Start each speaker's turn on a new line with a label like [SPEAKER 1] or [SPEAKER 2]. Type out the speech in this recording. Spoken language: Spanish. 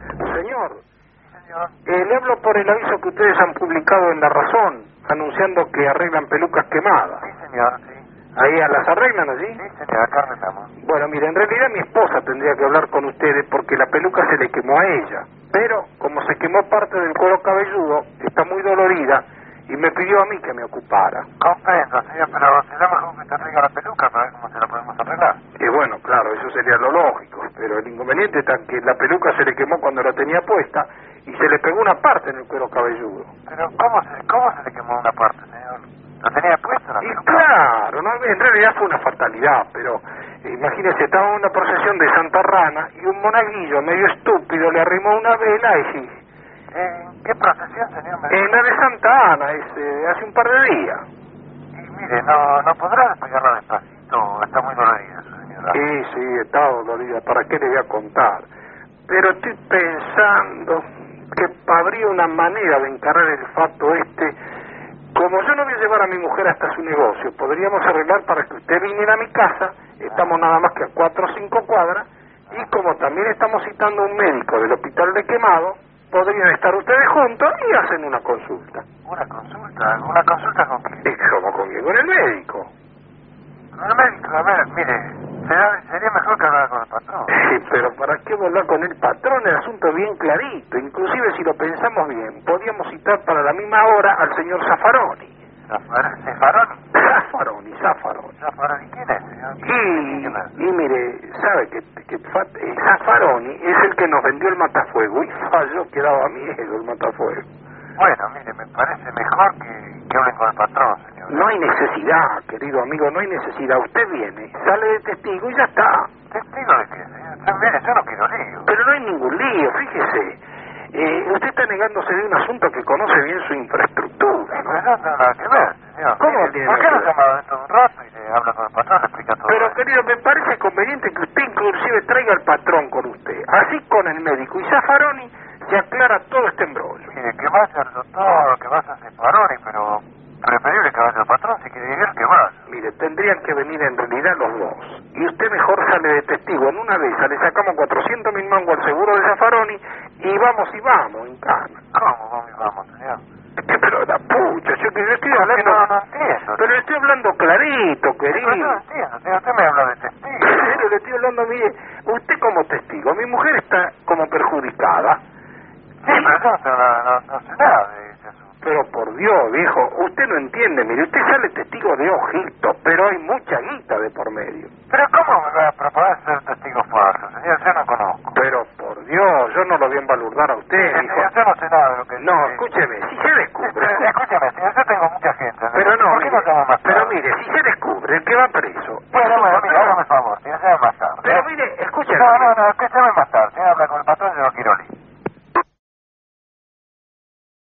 [SPEAKER 1] señor. Eh, le hablo por el aviso que ustedes han publicado en La Razón, anunciando que arreglan pelucas quemadas.
[SPEAKER 2] Sí, señor, sí.
[SPEAKER 1] Ahí a las arreglan allí.
[SPEAKER 2] Sí, señor, acá arreglamos.
[SPEAKER 1] Bueno, mire, en realidad mi esposa tendría que hablar con ustedes porque la peluca se le quemó a ella. Pero como se quemó parte del cuero cabelludo, está muy dolorida y me pidió a mí que me ocupara.
[SPEAKER 2] Comprendo, señor, pero será mejor que te traiga la peluca para ver cómo se la podemos arreglar.
[SPEAKER 1] Y Ah, bueno, claro, eso sería lo lógico. Pero el inconveniente está que la peluca se le quemó cuando la tenía puesta y se le pegó una parte en el cuero cabelludo.
[SPEAKER 2] Pero ¿cómo se, cómo se le quemó una parte, señor? ¿La tenía puesta la
[SPEAKER 1] Y
[SPEAKER 2] peluca?
[SPEAKER 1] claro, no, en realidad fue una fatalidad, pero eh, imagínese, estaba en una procesión de Santa Rana y un monaguillo medio estúpido le arrimó una vela y sí.
[SPEAKER 2] ¿En qué procesión, señor? Me
[SPEAKER 1] En Eh, la de Santa Ana, es, eh, hace un par de días.
[SPEAKER 2] Y mire, no, no podrá despegarla despacito, está muy dolorida, señora.
[SPEAKER 1] Sí, sí, está dolorida, ¿para qué le voy a contar? Pero estoy pensando que habría una manera de encarar el fato este. Como yo no voy a llevar a mi mujer hasta su negocio, podríamos arreglar para que usted viniera a mi casa, estamos nada más que a cuatro o cinco cuadras, y como también estamos citando un médico del hospital de quemado, podrían estar ustedes juntos y hacen una consulta.
[SPEAKER 2] Una consulta, una consulta con quién?
[SPEAKER 1] ¿Y cómo conmigo? En el médico.
[SPEAKER 2] Con el médico, a ver, mire, será- sería mejor que hablara con el patrón.
[SPEAKER 1] Sí, pero ¿para qué volar con el patrón? El asunto es bien clarito. Inclusive, si lo pensamos bien, podíamos citar para la misma hora al señor Zaffaroni.
[SPEAKER 2] Zafar- ¿Zaffaroni?
[SPEAKER 1] Zaffaroni, Zaffaroni.
[SPEAKER 2] ¿Zaffaroni quién es, señor?
[SPEAKER 1] Y, y mire, sabe que, que fa- eh, Zaffaroni es el que nos vendió el matafuego y falló, quedaba miedo el matafuego.
[SPEAKER 2] Bueno, mire, me parece mejor que, que hablen con el patrón, señor.
[SPEAKER 1] No hay necesidad, querido amigo, no hay necesidad. Usted viene, sale de testigo y ya está.
[SPEAKER 2] ¿Testigo de qué, señor? Yo, mire, yo no quiero lío.
[SPEAKER 1] Pero no hay ningún lío, fíjese. Eh, usted está negándose de un asunto que conoce bien su infraestructura, ¿no?
[SPEAKER 2] Pero no tengo nada que ver, señor.
[SPEAKER 1] ¿Cómo
[SPEAKER 2] Mire,
[SPEAKER 1] tiene
[SPEAKER 2] ¿Por qué
[SPEAKER 1] que
[SPEAKER 2] no
[SPEAKER 1] ver?
[SPEAKER 2] llama dentro de un rato y le habla con el patrón, le explica todo?
[SPEAKER 1] Pero
[SPEAKER 2] esto?
[SPEAKER 1] querido, me parece conveniente que usted inclusive traiga al patrón con usted, así con el médico. Y Zaffaroni se aclara todo este embrollo.
[SPEAKER 2] Mire, que vaya el doctor, que vaya a Zaffaroni, pero preferible que vaya el patrón si quiere ir, que vaya.
[SPEAKER 1] Mire, tendrían que venir en realidad los dos. Y usted mejor sale de testigo en una vez, le sacamos 400 mil mangos al seguro de Zaffaroni y vamos y vamos en cana.
[SPEAKER 2] ¿Cómo vamos y vamos, señor?
[SPEAKER 1] Pero la pucha, yo que le estoy
[SPEAKER 2] Porque
[SPEAKER 1] hablando...
[SPEAKER 2] no, no entiendo.
[SPEAKER 1] Pero le estoy hablando clarito,
[SPEAKER 2] Pero yo no
[SPEAKER 1] querido.
[SPEAKER 2] entiendo, señor. Usted me habla de testigo.
[SPEAKER 1] Pero le estoy hablando, mire, usted como testigo, mi mujer está como perjudicada.
[SPEAKER 2] Sí, pero yo no, no, no, no sé nada de ese asunto.
[SPEAKER 1] Pero por Dios, viejo, usted no entiende, mire, usted sale testigo de ojito, pero hay mucha guita de por medio.
[SPEAKER 2] Pero ¿cómo me va a proponer ser testigo falso, señor? Yo no conozco.
[SPEAKER 1] Pero por Dios, yo no lo voy a embalurdar a usted,
[SPEAKER 2] Mire,
[SPEAKER 1] viejo.
[SPEAKER 2] señor, yo no sé nada de lo que...
[SPEAKER 1] No,
[SPEAKER 2] dice.
[SPEAKER 1] escúcheme, si se descubre...
[SPEAKER 2] Este, Escúcheme, señor, yo tengo mucha gente. señor.
[SPEAKER 1] Pero no,
[SPEAKER 2] ¿Por qué no
[SPEAKER 1] mire,
[SPEAKER 2] llamo más tarde?
[SPEAKER 1] pero mire, si se descubre, el que va preso...
[SPEAKER 2] Bueno, bueno,
[SPEAKER 1] Pero-
[SPEAKER 2] mire, hágame el favor, señor, llame más tarde.
[SPEAKER 1] Pero mire, escúcheme...
[SPEAKER 2] No, no, no, que llame más